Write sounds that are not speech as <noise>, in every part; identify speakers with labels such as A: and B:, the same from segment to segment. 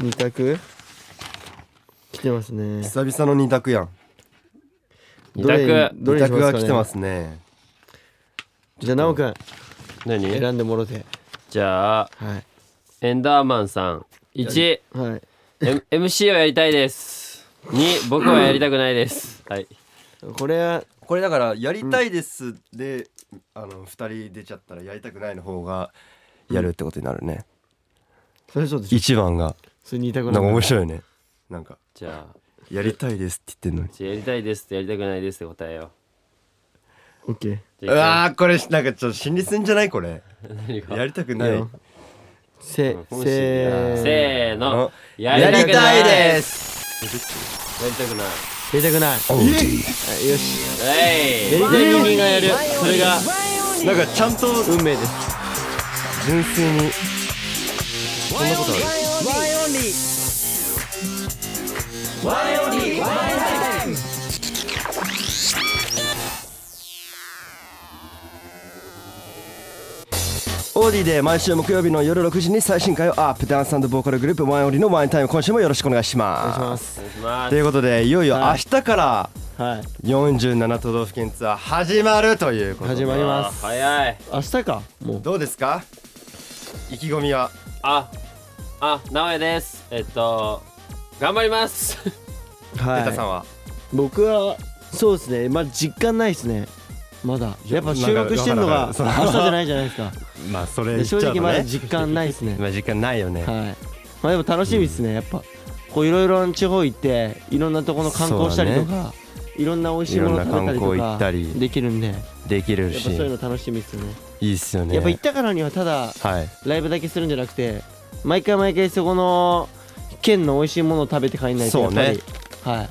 A: 二択来てますね
B: 久々の二択やん
C: 二択
A: ど
B: 二
A: れにし
B: 択
A: ますかね
B: が来てますね
A: じゃあ奈くん
C: 何
A: 選んでもろて
C: じゃあ
A: はい
C: エンダーマンさん1、
A: はい
C: M、MC をやりたいです2僕はやりたくないですはい
A: これは
B: これだからやりたいですで、あの二人出ちゃったらやりたくないの方がやるってことになるね、
A: それそうでしょ
B: 一番が
A: それ二択なん
B: なんか
A: だ
B: 面白いよねなんか
C: じゃあ
B: やりたいですって言ってんのに
C: じゃあやりたいですってやりたくないですって答えよ
A: オッケー
C: うじ
B: う
C: ゃあ
B: わーこれなんかちょっと心理戦じゃないこれ
C: 何が
B: やりたくない
A: いいよせ
C: 本心
A: せー
C: せーの
B: のやりたい
C: す
B: です
C: やりたくない
A: やりたくないあよしやり
C: え
A: たい人間がやるそれが
B: なんかちゃんと
A: 運命です
B: 純粋に
D: そんなことある
B: オーディで毎週木曜日の夜6時に最新回をアップダンスボーカルグループワンオリのワインタイム今週もよろしくお願いし
A: お願いし
B: ま
A: ますす
C: いお願いしま
B: ということでいよいよ明日から
A: はい
B: 47都道府県ツアー始まるということで
A: 始まります
C: 早い
A: す明日かもう
B: どうですか意気込みは
C: ああ名前ですえっと頑張ります
B: テタ
A: は
B: さんは、
A: い僕はそうですねまあ実感ないですねまだやっぱ収録してるのが
B: なん
A: 明
B: かわからん
A: 日じゃないじゃないですか
B: まあそれ
A: で正直まだ実感ないですね
B: まあ時間ないよね、
A: はい。まあでも楽しみですね、やっぱ。こういろいろな地方行って、いろんなところの観光したりと
B: そう
A: か、いろんな美味しいもの食べたり
B: いろんな観光行
A: と
B: っ
A: か
B: たり
A: できるんで、やっ
B: できる
A: ぱ
B: し
A: そういうの楽しみですよね。
B: いいっすよね
A: やっぱ行ったからにはただ
B: はい
A: ライブだけするんじゃなくて、毎回毎回そこの県の美味しいものを食べて帰んないとやっぱり。
B: そ
A: は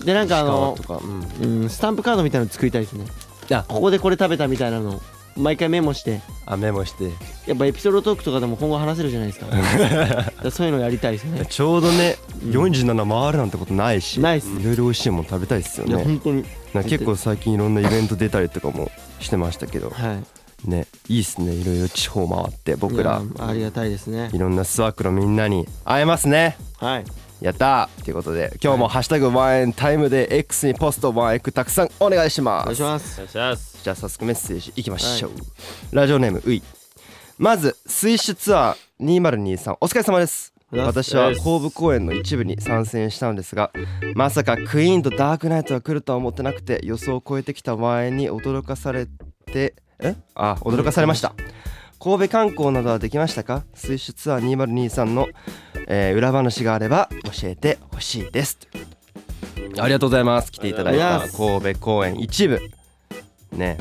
A: い。でなんかあ
B: 川
A: の
B: と、かうん
A: うん、スタンプカードみたいなの作りたいですね。
B: あ
A: ここでこれ食べたみたいなのを毎回メモして。
B: あメモして
A: やっぱエピソードトークとかでも今後話せるじゃない
B: <laughs>
A: ですかだからそういうのやりたいですね
B: ちょうどね、47回るなんてことないし
A: ないっす
B: いろいろ美味しいもの食べたいっすよ
A: いや
B: ね
A: 本当に
B: なんか結構最近いろんなイベント出たりとかもしてましたけど
A: はい
B: ねいいっすねいろいろ地方回って僕ら
A: いやありがたいですね
B: いろんなスワックのみんなに会えますね
A: はい
B: やったーということで今日も「ハッシュタグワンエンタイム」で X にポストワンエクたくさんお願いし
A: お
B: ま
A: 願いし
B: す
A: ます
C: お願いします
B: じゃあ早速メッセージいきましょう、ラジオネームういまずスイッシュツアー2023お疲れ様です
A: りがとうご
B: 私
C: ざい
B: は
C: ます
B: 後部公演の一部に参戦したのですがまさかクイーンとダークナイトが来るとは思ってなくて予想を超えてきたワンエンに驚かされてえあ驚かされました神戸観光などはできましたかスイッシュツアー2023の、えー裏話があれば教えてほしいですありがとうございます来ていただい
A: ありが
B: た
A: とう
B: 神戸公演一部ね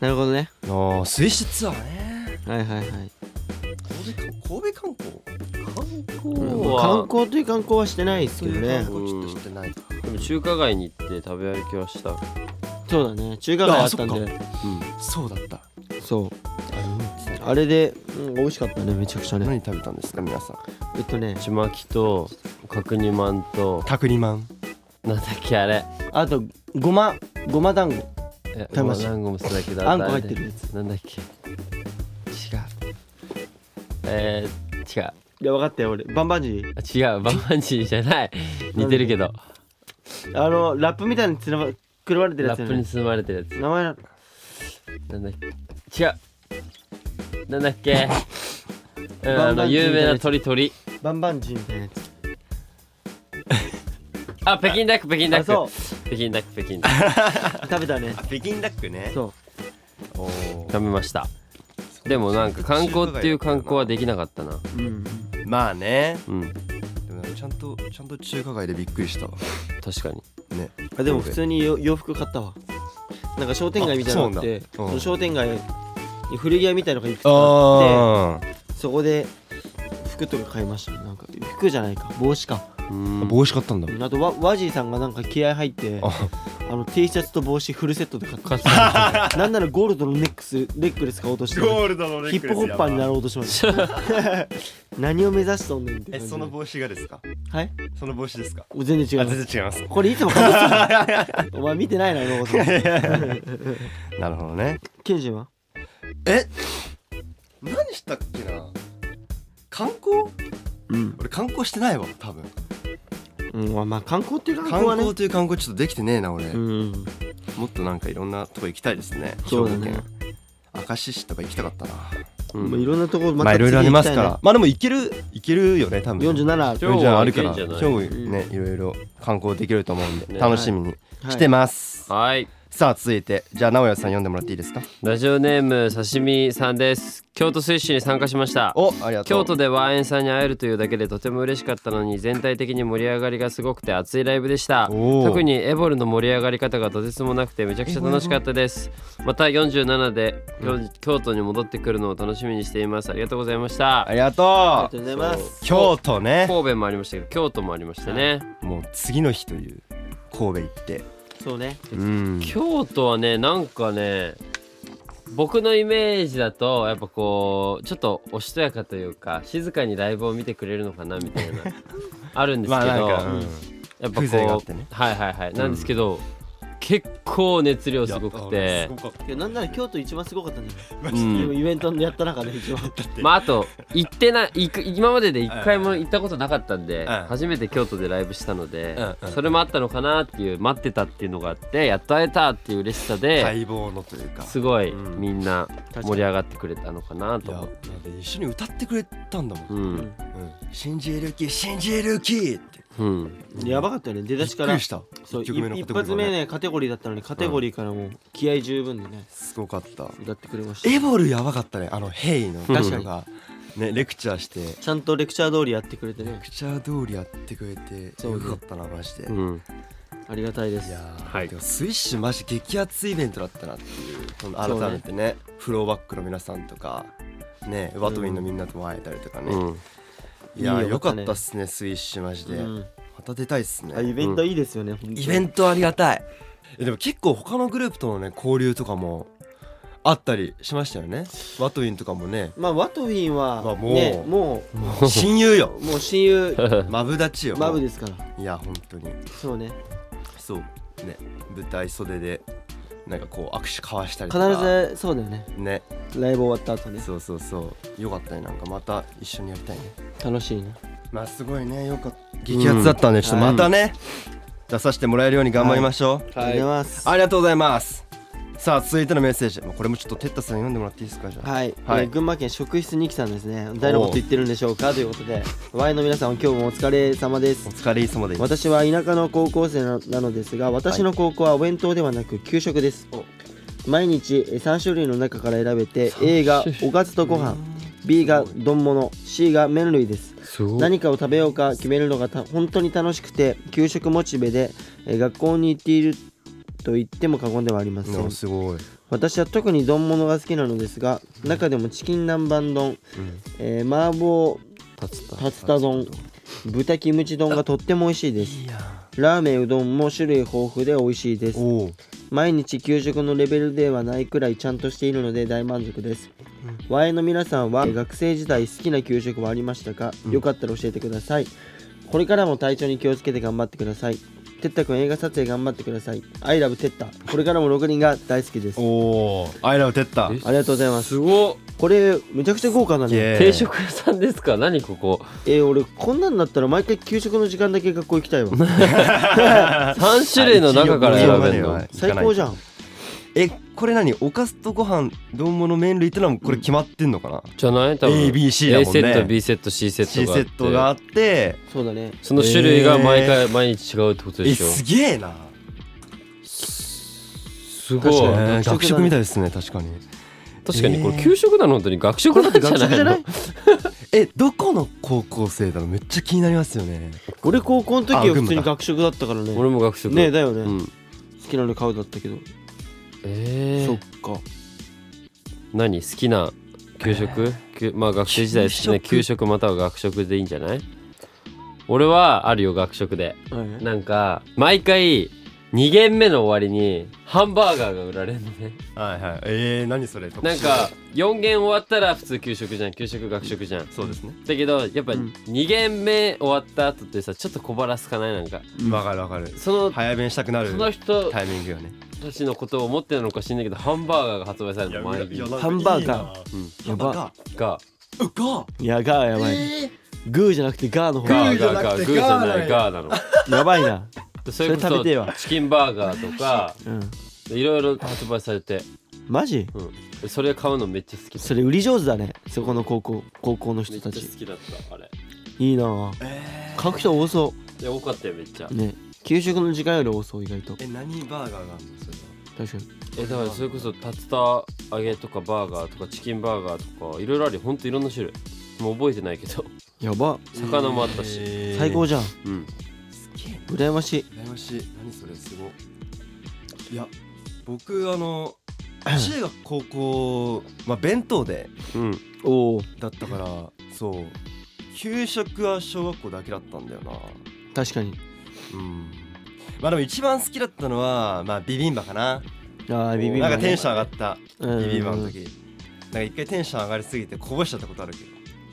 A: なるほどね
B: のスイッシュツアーね
A: はいはいはい
B: 神戸神戸観光観光
C: 今日
A: もう
C: は
A: 観光という観光はしてないですけどね
C: 光ちょっとして
B: ない
C: でも中華街に行って食べ歩きはした
A: そうだね中華街あったん
B: あそっ
A: で
B: そうだった
A: そうあれで、うん、美味しかったねめちゃくちゃね
B: 何食べたんですか皆さん
A: えっとね
C: ちまきと角煮まんと
B: タクリマン
C: なんだっけあれ
A: あとごまごま団子
C: え
A: 食べました
C: 何個もすだけだ
A: あんこ入ってるやつ
C: なんだっけ違うえー、違う
A: いや分かったよ俺バンバンジー
C: あ違うバンバンジーじゃない似てるけど
A: あのラップみたいにつなまくるまれてるや
C: ラ
A: つよ
C: ップに
A: ね
C: 包まれてるや
A: 名前な
C: つなんだっけ違うなんだっ
A: <laughs>
C: けうん
A: バ
C: あ
A: ンバ
C: の
A: ンジー
C: 有
A: みたい
C: 名
A: なやつ
C: な鳥鳥
A: バンバンジーみたいなやつ
C: あ北京ダック北京ダ
A: あ
C: ック
A: そう
C: 北京ダック北京ダック
A: 食べたね
B: 北京ダックね
A: そ
C: 食べましたでもなんか観光っていう観光はできなかったな
A: ううん
B: まあね
C: うん
B: でもなんかちゃんとちゃんと中華街でびっくりしたわ
C: 確かに
B: ね
A: あでも普通によ洋服買ったわなんか商店街みたいなのがあって
B: あそうなんだうん
A: その商店街に古着屋みたいなのがいくつかあっ
B: あ
A: てそこで服とか買いましたなんか服じゃないか帽子か
C: う
B: あ
C: ん
B: 帽子買ったんだ
A: うんあとワワジーさんがなんか気合入って
B: あ
A: あの T シャツと帽子フルセットで買ってた
B: <laughs>
A: なんならゴールドのネックスレックレス買おうとして
B: ルドの
A: ヒップホッパーになろうとしました <laughs> 何を目指しとんねんって
B: え
A: 感じで
B: その帽子がですか
A: はい
B: その帽子ですか
A: お全然違
B: あ
A: います
B: 全然違います
A: これいつも買ってた
B: <laughs>
A: お前見てないな今こそ
B: なるほどね
A: ケンジンは
B: え何したっけな観光
A: うん、
B: 俺観光してないわ多分
A: うん、まあ観光っていう観
B: 観
A: 光はね
B: 光という観光ちょっとできてねえな俺、
A: うん
B: もっとなんかいろんなとこ行きたいですね
A: そうだ
B: 兵庫
A: ね
B: 県明石市とか行きたかったな、
A: まあいろんなところ
B: まあいろいろありますからまあでも行ける行けるよね多分
A: 47
B: じゃああるから兵
C: 兵庫
B: 庫ねいろいろ観光できると思うんで
C: ね
B: 楽しみにしてます、
C: はい
B: さあ続いてじゃあ直哉さん読んでもらっていいですか
C: ラジオネーム刺身さんです京都推進に参加しました
B: おありがとう
C: 京都でワーエンさんに会えるというだけでとても嬉しかったのに全体的に盛り上がりがすごくて熱いライブでした
B: おー
C: 特にエボルの盛り上がり方がとてつもなくてめちゃくちゃ楽しかったですまた47で京,、京都に戻ってくるのを楽しみにしていますありがとうございました
B: ありがと
A: あ
B: う
A: りがとうございます
B: 京都ね
C: 神戸もありましたけど京都もありましたね
B: もう次の日という神戸行って
A: そうね
B: うん
C: 京都はねなんかね僕のイメージだとやっぱこうちょっとおしとやかというか静かにライブを見てくれるのかなみたい
B: <laughs>
C: なあるんですけど、
B: うん
C: やっぱこ
B: 風情があっ
C: う、
B: てね
C: はいはいはい、なんですけど結構熱量すごくて
B: いやすごかっ
A: なんなら京都一番すごかったんじゃない、
C: うん
A: イベントのやった中で一番
C: まああと行ってない行く今までで一回も行ったことなかったん
B: う
C: で、
B: ん
C: 初めて京都でライブしたので、
B: うんうん
C: それもあったのかなっていう待ってたっていうのがあってやっと会えたっていう嬉しさで、
B: た待望のというか
C: すごい、
B: うん
C: みんな
A: かに
C: 盛り上がってくれたのかなと
B: いやだ
C: 思
B: っ
C: って。
B: て一緒に歌ってくれたんだもん、
C: う
B: うん
C: ん
B: 信じる気信じる気って
C: うん、
A: やばかったよね出だしか
B: びっく
A: ら
B: りした
A: そう
B: 一曲目の
A: い一
B: カテゴリー
A: 発
B: がね
A: 目ねカテゴリーだったのにカテゴリーからもう気合十分でね
B: すごかった
A: 歌ってくれました
B: エボルやばかったねあのヘイの
A: 確か
B: 人
A: に
B: が、ね、レクチャーしてレ
A: ちゃんとレクチャー通りやってくれてね
B: クチャー通りやってくれて
A: そう
B: よ
A: ね
B: かったなマジで、
C: う
B: い
C: ん、
A: ありがたいです
B: やー、
C: はい
B: でもスイッシュマジ激アツイベントだったなっていうほんと改めてねフローバックの皆さんとかねワトウィンのみんなとも会えたりとかね、
C: うん、
B: いやー
A: いいよ
B: よかっ
A: よ
B: た
A: か
B: っ
A: っ
B: すねスイッシュマジで、
A: うん
B: また出たいっすね
A: あイベントいいですよね、
B: イベ
A: ト
B: ントありがたいえでも結構他のグループとのね交流とかもあったりしましたよねワトウィンとか
A: <laughs>
B: もね
A: まあワトウィンは、
B: まあもう
A: ねも
B: 親友よ
A: うもう親友
B: マブダチよ
A: マブですから
B: いや本当に
A: そうね
B: そうね舞台袖でなんかこう握手交わしたりと
A: 必
B: か
A: ずそうだよね
B: ずね
A: ライブ終わった後ね
B: そうそうそうよかったねなんかまた一緒にやりたいね
A: 楽しいな
B: まあすごいねよかった激アツだったんでちょっとまたね、出させてもらえるように頑張りましょう、
A: ありがとうございます
B: ありがとうございますさあ続いてのメッセージもうこれもちょっとテッタさんに読んでもらっていいですかじゃあ
A: はい、
B: はい
A: えー群馬県職質二木さんですね誰のこと言ってるんでしょうかということでワインの皆さん今日もお疲れ様で
B: お
A: す
B: 疲れ様です
A: 私は田舎の高校生ななのですが私の高校はお弁当ではなく給食です、毎日3種類の中から選べて A がおかずとご飯 B が丼物 C が麺類です
C: すご
A: 何かを食べようか決めるのがた本当に楽しくて給食モチベで、えー学校に行っていると言っても過言ではありません
B: おすごい
A: 私は特に丼物が好きなのですが中でもチキン南蛮丼、えー麻婆竜田丼豚キムチ丼がとっても美味しいですラーメンうどんも種類豊富で美味しいです
B: おお
A: 毎日給食のレベルではないくらいちゃんとしているので大満足です、ワイの皆さんは学生時代好きな給食はありましたか、よかったら教えてくださいこれからも体調に気をつけて頑張ってくださいてったくん映画撮影頑張ってください I love てったこれからも6人が大好きです
B: おおアイラブテッタ
C: え
A: ありがとうございます
C: すごっ
A: これめちゃくちゃ豪華だ
B: イエ
A: ね
B: ーイ
C: 定食屋さんですか何ここ
A: えー、俺こんなんだったら毎回給食の時間だけ学校行きたい
C: <laughs>
A: わ
C: 三種類の中から選べる
B: は
C: の
B: い
A: 最高じゃん
B: えこれ何おかずとご飯丼物麺類ってのはこれ決まってんのかな、
C: じゃない多分
B: ABC だもんね
C: A セット B セット C セ
B: C
C: ットがあっ
B: セ
C: て
B: ットがあって
A: そうだね
C: その種類が毎回毎日違うってこと
B: え
C: でしょ
B: すげえな、
C: すご
A: 確
C: い
A: かに
B: え
A: 学食だね
B: ー学食みたいですね確かに
C: 確かにこれ
B: えー
C: 給食なの本当に学食なんじゃない
A: 学
C: の
A: 食じゃない
B: えどこの高校生だろうめっちゃ気になりますよね
A: 俺高校の時は
B: あ群馬
A: 普通に
B: だ
A: 学食だったからね
C: 俺も学食
A: ねえだよね、
C: うん
A: 好きなの買うだったけど、
C: え
A: そっ
C: ー
A: か
C: 何好きな給食きゅまあ学生時代好きな給
B: 給
C: 食または学食でいいんじゃない俺はあるよ学食で
A: はい
C: なんか毎回2軒目の終わりにハンバーガーが売られるの <laughs> ね
B: はいはいえー、何それ
C: なんか4軒終わったら普通給食じゃん給食学食じゃん
B: そうですね
C: だけどやっぱ
A: うん
C: 2軒目終わった後ってさちょっと小腹すかないなんか
B: わかるわかる
C: その、
B: 早めにしたくな
C: その人
B: タイミングよね
C: たちのことを思ってなのか知んないけどハンバーガーが発売された毎日
A: ハンバーガー
B: ー
A: やば
C: が
B: うか
A: やがやばい、グーじゃなくてガーの方
C: ガ
A: が
C: ーガーガーグーじゃないガーなの
A: やばいな
C: それ
A: それ
C: こ
A: 食べてえ
C: そ
A: わ
C: チキンバーガーとか
A: うん
C: いろいろ発売されて、
A: マジ
C: うん、それ買うのめっちゃ好き
A: それ売り上手だねそこの高校高校の
C: め
A: 人
C: っちゃ
A: た
C: 好
A: ち
C: きだったあれ
A: いいなあ買う人多そ
C: いや多かったよめっちゃ
A: うね給食の時間より多そう意外と
B: え何バーガーがあるのそれは
A: 確かに
C: えだからそれこそ竜田揚げとかバーガーとかチキンバーガーとかいろいろあるよほんといろんな種類もう覚えてないけど
A: やば
C: 魚もあったし、
B: えー
A: 最高じゃん
C: うん
B: すげえ
A: 羨ましい
B: 羨ましい何それすごいいや僕
A: <clears throat>
B: あの中学高校まあ弁当で
C: うん
A: おお
B: だったからそう給食は小学校だけだったんだよな
A: 確かに
B: うんまあでも一番好きだったのはまあビビンバかな
A: あービビンバ
B: なん
A: ね
B: かテンション上がった
A: うん
B: ビビンバの時なんか一回テンション上がりすぎてこぼしちゃったことあるけど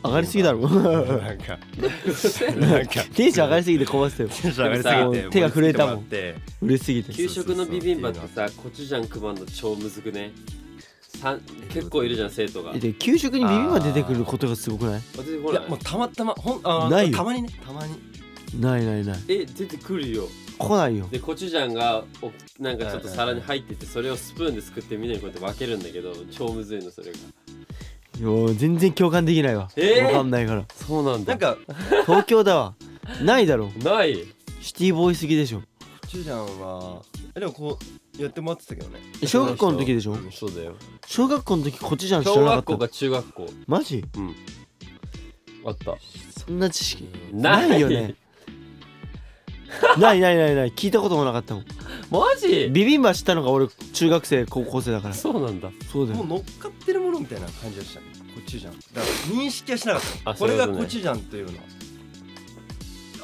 A: 上がりすぎだろ
B: <laughs>
A: <laughs>
B: なんかなんか
A: テンション上がりすぎて壊すよ
B: テンション上がりすぎて
A: 手が震えたもん
B: 盛り付けてもらって
A: 売れすぎて
C: 給食のビビンバってさコチュジャンくまんの超むずくねさん結構いるじゃん生徒が
A: えで給食にビビンバ出てくることがすごくない
C: 私ほ
B: い
C: ら
B: やもうたまたまほんあー
A: ないよ
B: たまにねたまに
A: ないないない
C: え出てくるよ
A: 来ないよ
C: でコチュジャンがおなんかちょっと皿に入っててそれをスプーンですくってみんなにこうやって分けるんだけど超むずいのそれが
A: いやー全然共感できないわ、
C: えー
A: わかんないから
C: そうなん
B: なんか
A: 東京だわないだろ
C: ない
A: シティボーイすぎでしょ
B: チュジャンはえでもこうやってもらってたけどね
A: え小学校の時でしょ
B: うん
C: そうだよ
A: 小学校の時こっちじゃん知ら
C: 小
A: な
C: 学
A: か
C: 校
A: った
C: か中学校
A: マジ
C: うんあった
A: そんな知識
C: ない
A: よねないないないない聞いたこともなかったもん
C: マジ
A: ビビンバ知ったのが俺中学生高校生だから
C: そうなんだ
A: そうだ
B: もう
A: よ
B: 乗っかってるものみたいな感じでしたねコチュジャンだから認識はしなかった
C: あ
B: のこれ
C: そう
B: が
C: いうこと
B: コ
C: ね
B: チュジャンというの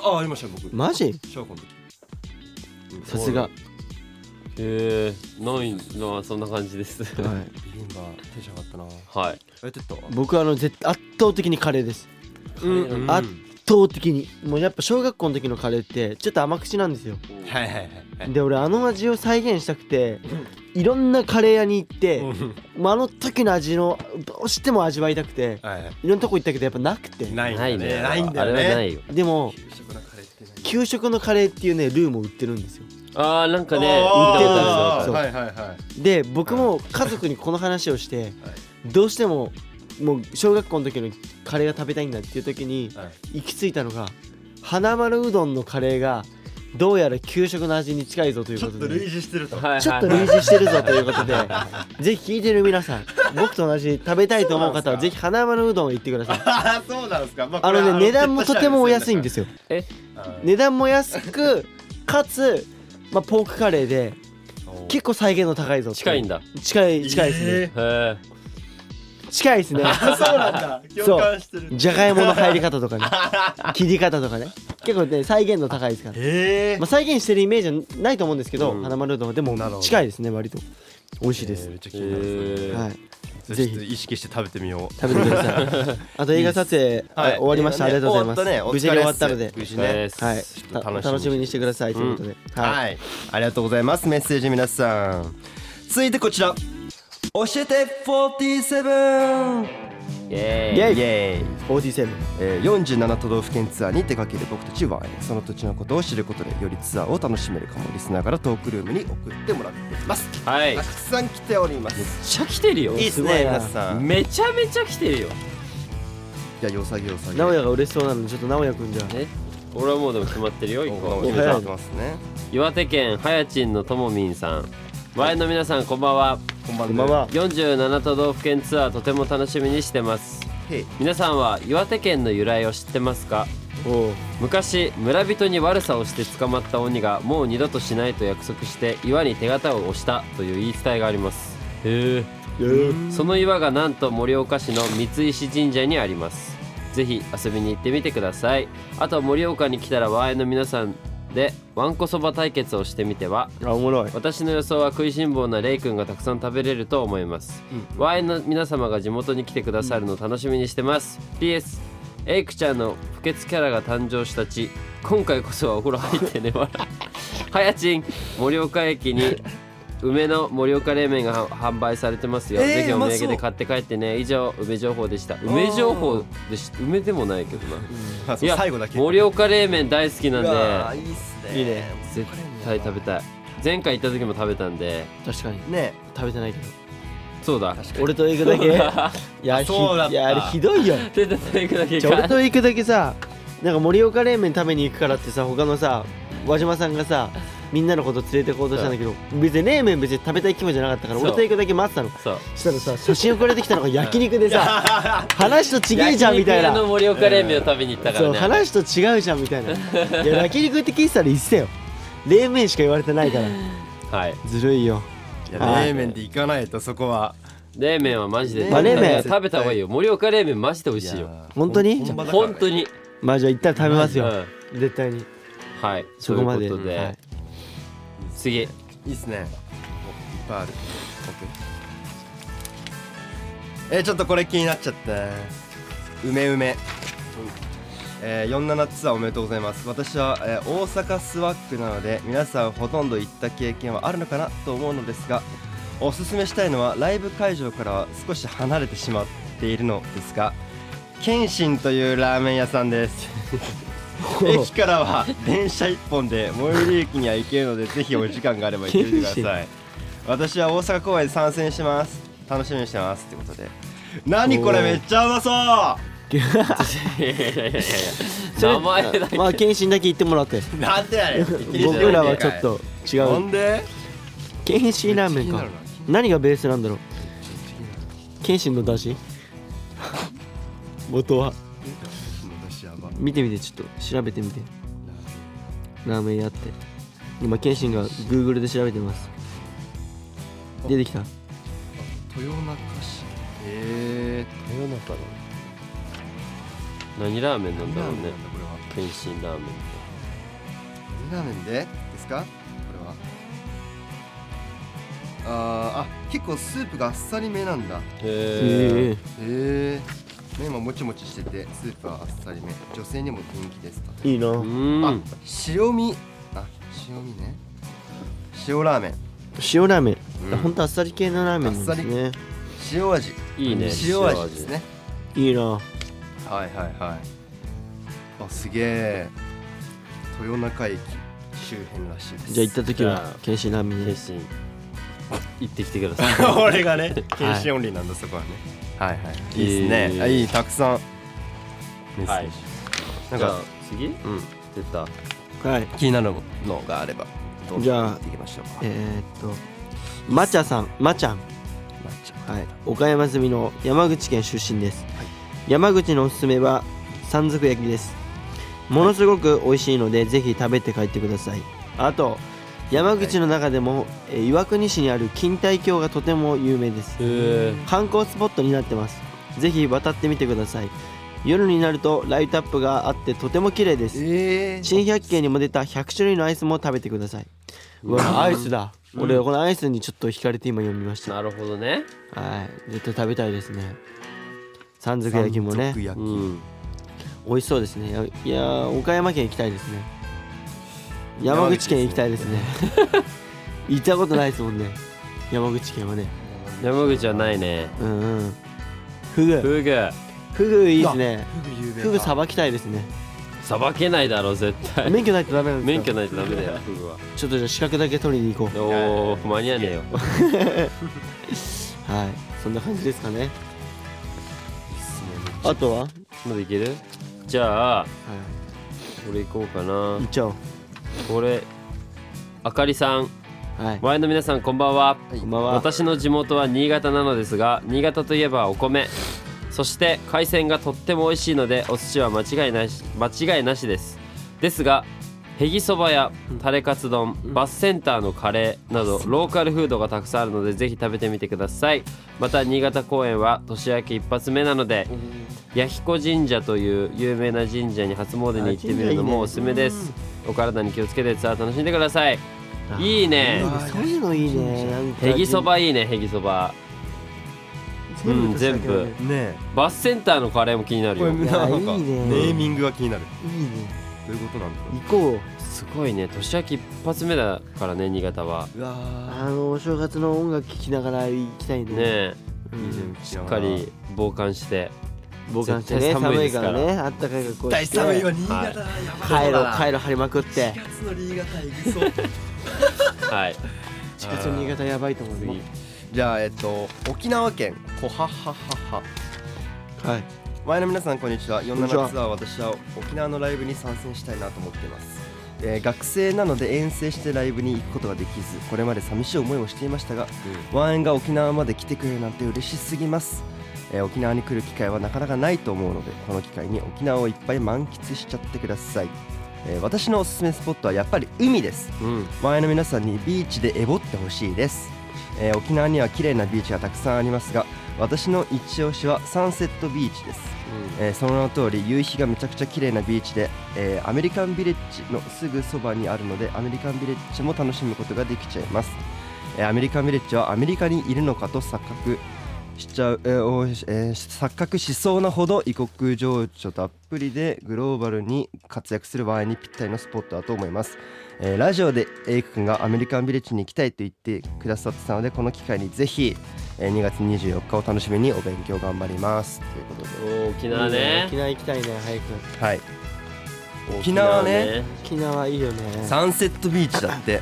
B: はあありましたよ僕
A: マジ
B: 小学校の時
A: さすが、は、
C: へえないのはそんな感じですはい
B: ビビンバテンション上がったなあ
C: い
B: やってった
A: 僕はあの絶圧倒的にカレーです
C: うんうん
A: 圧倒的にもうやっぱ小学校の時のカレーってちょっと甘口なんですよ
B: はいはいはい
A: で俺あの味を再現したくていろんなカレー屋に行ってまああの時の味のどうしても味わいたくて
B: はいはい
A: ろんなとこ行ったけどやっぱなくて
B: ないんだ
C: ない
B: よ
C: ね
B: ねないんだ
C: あ
B: よ
C: れはな
B: ね
C: いよ
A: でも
B: 給食のカレーってない
A: 給食のカレーっていうねルーも売ってるんですよ
C: あーなんかね
A: あー
C: 見たことある
A: そう
B: はいはいはい
A: で僕も家族にこの話を
B: <laughs>
A: してどうしてももう小学校の時のカレーが食べたいんだっていう時に
B: はい
A: 行き着いたのが花丸うどんのカレーがどうやら給食の味に近いぞという
B: ちょ
A: こ
B: っ
A: と
B: と
A: で
B: 類似してると
C: はい
A: ちょっと
C: はい
A: 類似してるぞということでぜひ聞いてる皆さん僕と同じ食べたいと思う方はぜひ花丸うどんへ行ってください
B: ああそうなんですかま
A: あのね値段もとてもお安いんですすよ
B: ね
A: 値段も安くかつ、まあ、ポークカレーで結構再現度高いぞってう
C: 近いんだ
A: 近い近いですね、
C: へえ
A: 近いですね
B: あそうなんだ共感してる
A: じゃがいもの入り方とか <laughs> ね切り方とかね結構ね再現度高いですから、
B: ええ
A: まあ、再現してるイメージはないと思うんですけど、
C: うん
A: 花丸うどんはで
B: なるほ
A: も
B: ど
A: 近いですね割と美味しいです、
B: っちゃ
C: へえ
A: はい
B: それ
A: ぜひ
B: ちょっと意識して食べてみよう
A: 食べてくだ <laughs> さいあと映画撮影、あ終わりました、ありがとうございます、無事に終わったので
B: 無事
C: で
B: ね
C: す
A: はい
B: ちょっと
A: た
B: 楽しみに
A: 楽しみにしてくださいということで、はい
B: はいありがとうございますメッセージ皆さん続いてこちら教えて
A: イェイ
B: 47
C: イエーイ
B: イエーイ
A: 47
B: えー47都道府県ツアーに出かける僕たちはその土地のことを知ることでよりツアーを楽しめるかもリスナーからトークルームに送ってもらっています
C: はい
B: た
C: め
B: く
C: っ
B: さん来ております
C: ちゃ来てるよ
B: いいっすね
A: すごいな
B: 皆さん
C: めちゃめちゃ来てるよ
B: じゃあよさげよさげ
A: 直哉が嬉しそうなのでちょっと直哉くんじゃ
C: え俺はもうでも決まってるよ一個
B: お決めちゃってますね
C: 岩手県はやちんのともみんさん前の皆さんこんばんは
B: こんばん
A: こんばんは
C: 47都道府県ツアーとても楽しみにしてます
B: へい
C: 皆さんは岩手県の由来を知ってますか
A: おう
C: 昔村人に悪さをして捕まった鬼がもう二度としないと約束して岩に手形を押したという言い伝えがありますへえその岩がなんと盛岡市の三石神社にありますぜひ遊びに行ってみてくださいあと盛岡に来たらワーイの皆さんでわんこそば対決をしてみては
A: あおもろい
C: 私の予想は食いしん坊なレイ君がたくさん食べれると思います、ワインの皆様が地元に来てくださるの楽しみにしてます、PS エイクちゃんの不潔キャラが誕生したち <laughs> 今回こそはお風呂入ってね笑はやちん盛岡駅に梅の盛岡冷麺が販売されてますよ、
B: えー
C: ぜひお土
B: うまそ
C: 産
B: う
C: で買って帰ってね以上梅情報でした梅情報でし梅でもないけどな
B: あそう最後だけ
C: 盛岡冷麺大好きなん
B: うわあい
C: で
B: いっすね
A: いいね
C: 絶対食べたい前回行った時も食べたんで
A: 確かに
B: ね
A: 食べてないけど
C: そうだ
A: 俺と行くだけいや
B: そうだった
A: ひいやあれひどいよ
C: 手で叩くだけ
A: じゃあ俺
C: か
A: と行くだけさなんか盛岡冷麺食べに行くからってさ他のさ和島さんがさみんなのこと連れてこうとしたんだけど別に冷麺別に食べたい気分じゃなかったから
C: そう
A: 俺と行くだけ待ってたの
C: そう
A: したらさ写真送られてきたのが焼肉でさ話とちげえじゃんみたい
C: 焼肉屋の
A: な
C: 盛岡冷麺を食べに行ったか
A: そう
C: らね
A: 話と違うじゃんみたいないや焼肉って聞いてたら一せよ冷麺しか言われてないから
C: はい
A: ずるいよ
B: いや
A: はい
B: 冷麺で行かないとそこは
C: 冷麺はマジで
A: まあ冷麺
C: 食べた方がいいよ盛岡冷麺マジで美味しいよ
A: 本当に
B: 本場だからね
C: 本当に
A: まあじゃあ一旦食べますよ、
C: うん
A: 絶対に
C: はい
A: そこまで
C: ということで、
A: はい <laughs>
B: い
C: 次
B: いっすねおいっぱいあるえーちょっとこれ気になっちゃった梅梅えー、47ツアーおめでとうございます私は、えー大阪スワックなので皆さんほとんど行った経験はあるのかなと思うのですがおすすめしたいのはライブ会場からは少し離れてしまっているのですが謙信というラーメン屋さんです駅からは電車1本で最寄り駅には行けるのでぜひお時間があれば行ってみてください私は大阪公演参戦します楽しみにしてますってことで何これめっちゃうまそう
C: いやいやいやいや名前だ <laughs> け
A: まあ謙信だけ言ってもらって
B: なんでやねん
A: 僕らはちょっと違
B: な
A: うん
B: で
A: 謙信ラーメンか何がベースなんだろう謙信の出汁元は
B: 私やば
A: 見てみてちょっと調べてみてラーメン屋って今謙信が Google で調べてます出てきた
B: 豊中市え
A: 世の中の
C: 何ラーメンな
B: ー、
C: んだろうね
B: これは
C: 天津ラーメン
B: ラーメンでですかこれはあーあ結構スープがあっさりめなんだ
C: へ
A: え
B: へえ麺ももちもちしててスープはあっさりめ女性にも人気です
A: えいいな
C: ーう
B: あ
C: ん
B: 塩味あ塩味ね塩ラーメン
A: 塩ラーメン
B: うん
A: ほんとあっさり系のラーメンなんですね
B: 塩味
C: いいね
B: 塩味ですね
A: いいな
B: はいはいはいあすげえ豊中駅周辺らしいです
A: じゃあ行った時
C: じゃ
A: は
C: あ
A: 謙信ラーメン
C: 天
A: で
C: 津行ってきてくださ
B: <laughs> 俺がね禁止オンリーなんだそこはねはいはいいいですね、
C: えー
B: あいいたくさん
C: いはい
B: なん
C: じゃあ
B: か
C: 次うん出た
A: はい
B: 気になるのがあればどうぞ
A: じゃあ
B: 行っていきましょうか
A: えーっとまちゃさんまちゃん
B: まっちゃん
A: はい、岡山住みの山口県出身です、山口のおすすめは山賊焼きですものすごく美味しいので、ぜひ食べて帰ってくださいあと山口の中でも、えー岩国市にある錦帯橋がとても有名です
C: へ
A: 観光スポットになってますぜひ渡ってみてください夜になるとライトアップがあってとても綺麗です
B: えー、
A: 新百景にも出た100種類のアイスも食べてくださいうわアイスだ、俺このアイスにちょっと惹かれて今読みました
C: なるほどね
A: はい、絶対食べたいですね。山賊焼きもね
B: 山、賊焼き
C: うん
A: 美味しそうですね。いやいやー、岡山県行きたいですね。山口県行きたいですね。行ったことないですもんね。山口県はね。
C: 山口はないね
A: うんうん。フグ、
C: フグ
A: フグいいですね。
B: フグ有名だ
A: フグさばきたいですね。
C: さばけないだろ絶対
A: 免許ないとダメなんですか
C: <laughs> 免許ないとダメだよフグは
A: ちょっとじゃあ資格だけ取りに行こう。
C: おー間に合わねえよ
A: はい、そんな感じですかね。
B: い
A: あとは、は
C: まだいけるじゃあ
A: い、
C: 俺行こうか <laughs> な
A: 行っちゃおう。
C: これあかりさん
A: はい。
C: 前の皆さんこんばんは
A: こんばんは。
C: 私の地元は新潟なのですが新潟といえばお米そして海鮮がとっても美味しいのでお寿司は間違いないし間違いなしですですがへぎそばやタレカツ丼バスセンターのカレーなどローカルフードがたくさんあるのでぜひ食べてみてくださいまた新潟公園は年明け一発目なので弥彦神社という有名な神社に初詣に行ってみるのもおすすめですお体に気をつけてツアー楽しんでください
A: あー
C: いい
A: いい
C: ね
A: ねそういうのいいね。なんか
C: へぎそばいいねへぎそばうん全部
B: ね
C: バスセンターのカレーも気にな
B: え
C: る
B: これ
C: よ
B: なんか
A: いやいいね
B: ネーミングが気になる
A: いいね。
B: どういうことなんだろう
A: 行こう
C: すごいね年明け一発目だからね新潟は
B: うわ
A: あのお正月の音楽聴きながら行きたいね
C: ねえ
A: う
B: ー
A: ん
B: いい準備し
C: し
B: な
C: っ
B: が
C: からり防寒して
A: 防寒してね
C: 絶対
A: 寒
C: 寒い
A: い
C: で
A: か
C: す
A: ら
C: から
A: ねあったかい格好して
B: 大寒いわ新潟
C: は
B: や
C: い
B: ば
A: カイロ
B: い
A: カイロ張りまくって
B: 4月の新潟行きそう <laughs>
C: はい
A: 地下鉄の新潟やばいと思うよ
B: じゃあえっと沖縄県こはははは
A: はい
B: 前の皆さんこんにちは
A: にちは
B: 47ツアー私は沖縄のライブに参戦したいなと思っています、えー学生なので遠征してライブに行くことができずこれまで寂しい思いをしていましたが、ワンエンが沖縄まで来てくれるなんて嬉しすぎます、えー沖縄に来る機会はなかなかないと思うのでこの機会に沖縄をいっぱい満喫しちゃってください、えー私のおすすめスポットはやっぱり海です
C: うん
B: 前の皆さんにビーチでエボってほしいです、えー沖縄には綺麗なビーチがたくさんありますが私の一押しはサンセットビーチです、えーその名の通り夕日がめちゃくちゃ綺麗なビーチで、えーアメリカンビレッジのすぐそばにあるのでアメリカンビレッジも楽しむことができちゃいます、えーアメリカンビレッジはアメリカにいるのかと錯覚しちゃう、えーおーえー錯覚しそうなほど異国情緒たっぷりでグローバルに活躍する場合にぴったりのスポットだと思いますえーラジオでエイク君がアメリカンビレッジに行きたいと言ってくださってたのでこの機会にぜひ、えー2月24日を楽しみにお勉強頑張りますということで
C: おー沖縄ね
A: 沖縄行きたいね早く
B: はい沖縄ね
A: 沖縄いいよね
B: サンセットビーチだって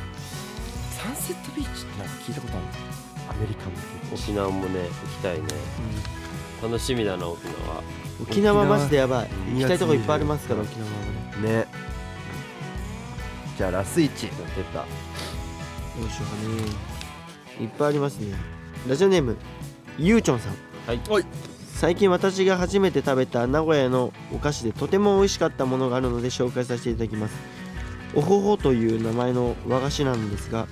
B: サンセットビーチってなんか聞いたことあるアメリカンビレッジ
C: 沖縄もね行きたいね楽しみだな沖縄
A: うん沖縄マジでやばい
B: 沖縄
A: 行きたいとこいっぱいありますから沖縄はね
B: ねじゃあラスイチやってた
A: どうしようかねいっぱいありますねラジオネームゆうちょんさん
C: はい
A: 最近私が初めて食べた名古屋のお菓子でとても美味しかったものがあるので紹介させていただきますおほほという名前の和菓子なんですが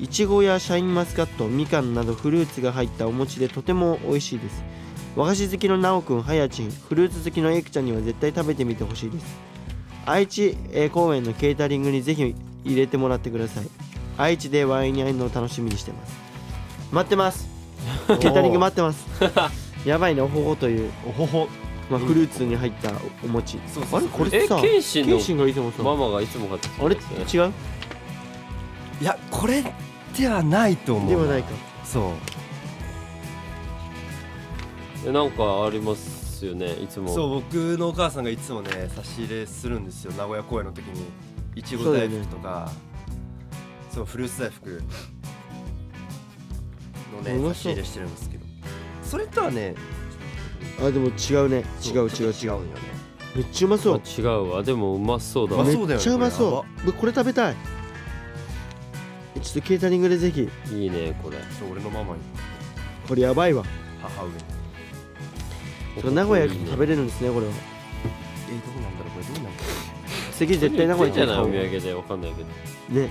A: いちごやシャインマスカットみかんなどフルーツが入ったお餅でとても美味しいです和菓子好きのなおくんはやちんフルーツ好きのエイクちゃんには絶対食べてみてほしいです愛知えー公園のケータリングにぜひ入れてもらってください愛知でワインに会えるのを楽しみにしてます待ってますケータリング待ってますやばいねおほほという、
B: おほほ
A: まあ、フルーツに入ったお餅
B: そう
A: あれこれ
C: え
A: さ
C: 謙信の
A: 謙信がいつもさ
C: ママがいつも買ってきて
A: あれ
C: やつね
A: 違う
B: いやこれではないと思う
A: ではないか
B: そう
C: えなんかありますよねいつも
B: そう僕のお母さんがいつもね差し入れするんですよ名古屋公演の時にいちご大福とかそう,、フルーツ大福の
A: う
B: ね
A: まそう
B: 差し入れしてるんですけどそれとはね
A: あでも違うね違う違う違うん
B: 違うよね
A: めっちゃうまそう
C: あ違うわでもうまそうだ
B: まあ
A: め
B: そうだよね
A: っちゃうまそうこれこれ食べたいえちょっとケータリングでぜひ
C: いいねこれ
B: そう俺のママに
A: これやばいわ
B: 母上に
A: それ名古屋行くと食べれるんですねこれは
B: えどうなんだろうこれどうなんだろ
A: 次絶対名古屋行
C: じゃないお
A: っ
C: 土
A: て
C: 産でわかんないけど
A: ね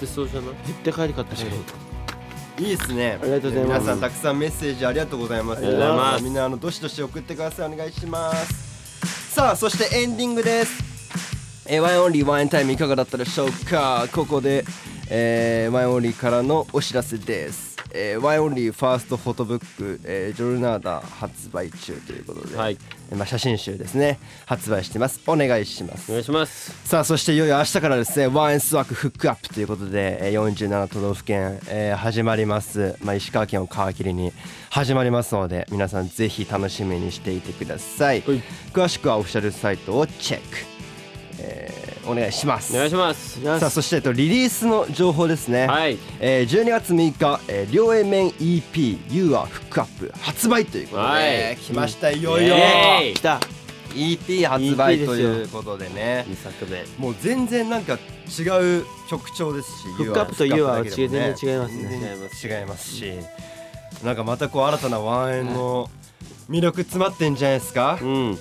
C: でそうじゃない
A: 絶対帰り買って帰ろう
B: ういいですね
A: ありがとうございます
B: 皆さんたくさんメッセージありがとうございます
A: ありがとうござい
C: ます
B: みんなあのどしどし送ってくださいお願いしますさあそしてエンディングですえーワインオンリーワインタイムいかがだったでしょうかここで、えーワインオンリーからのお知らせです、えーワインオンリーファーストフォトブック、えージョルナーダ発売中ということで、
C: はい
B: えーまあ、写真集ですね発売してますお願いしま
C: お
B: す
C: 願いします
B: さあそしていよいよ明日からですねワンエンスワークフックアップということでえー47都道府県、えー始まります、まあ、石川県を皮切りに始まりますので皆さんぜひ楽しみにしていてください、
C: はい
B: 詳しくはオフィシャルサイトをチェック、えーお願いします
C: お願いします
A: よ
B: さあそして、えっと、リリースの情報ですね、
C: はい
B: えー12月6日、えー両 A 面 EP「You are フックアップ」発売ということで、
C: はい
B: 来ましたいよいよ
C: イエーイ
A: し来た
B: EP 発売
A: EP ですよ
B: ということでね
C: 二作目
B: もう全然なんか違う曲調ですし
A: フックアップと You Are は全然違いますね
B: ね違いますしなんかまたこう新たなワンエンの魅力詰まってんじゃないですか
C: うん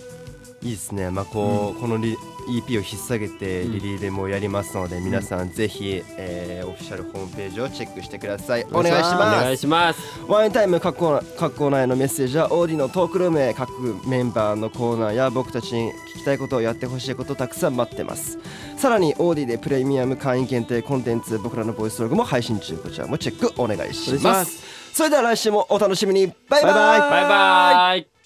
B: いいですねまあこう、このリ EP を引っ提げてリリーでもやりますので、皆さんぜひ、えーオフィシャルホームページをチェックしてくださいお願いし
C: お
B: ます
C: 願いします
B: ワインタイム各コーナー各コーナーへのメッセージはオーディのトークルームへ各メンバーのコーナーや僕たちに聞きたいことをやってほしいことをたくさん待ってますさらにオーディでプレミアム会員限定コンテンツ僕らのボイスログも配信中こちらもチェックお願いします
A: お願いしま
B: それでは来週もお楽しみにバイバイ
A: バイバイ
C: バイバイ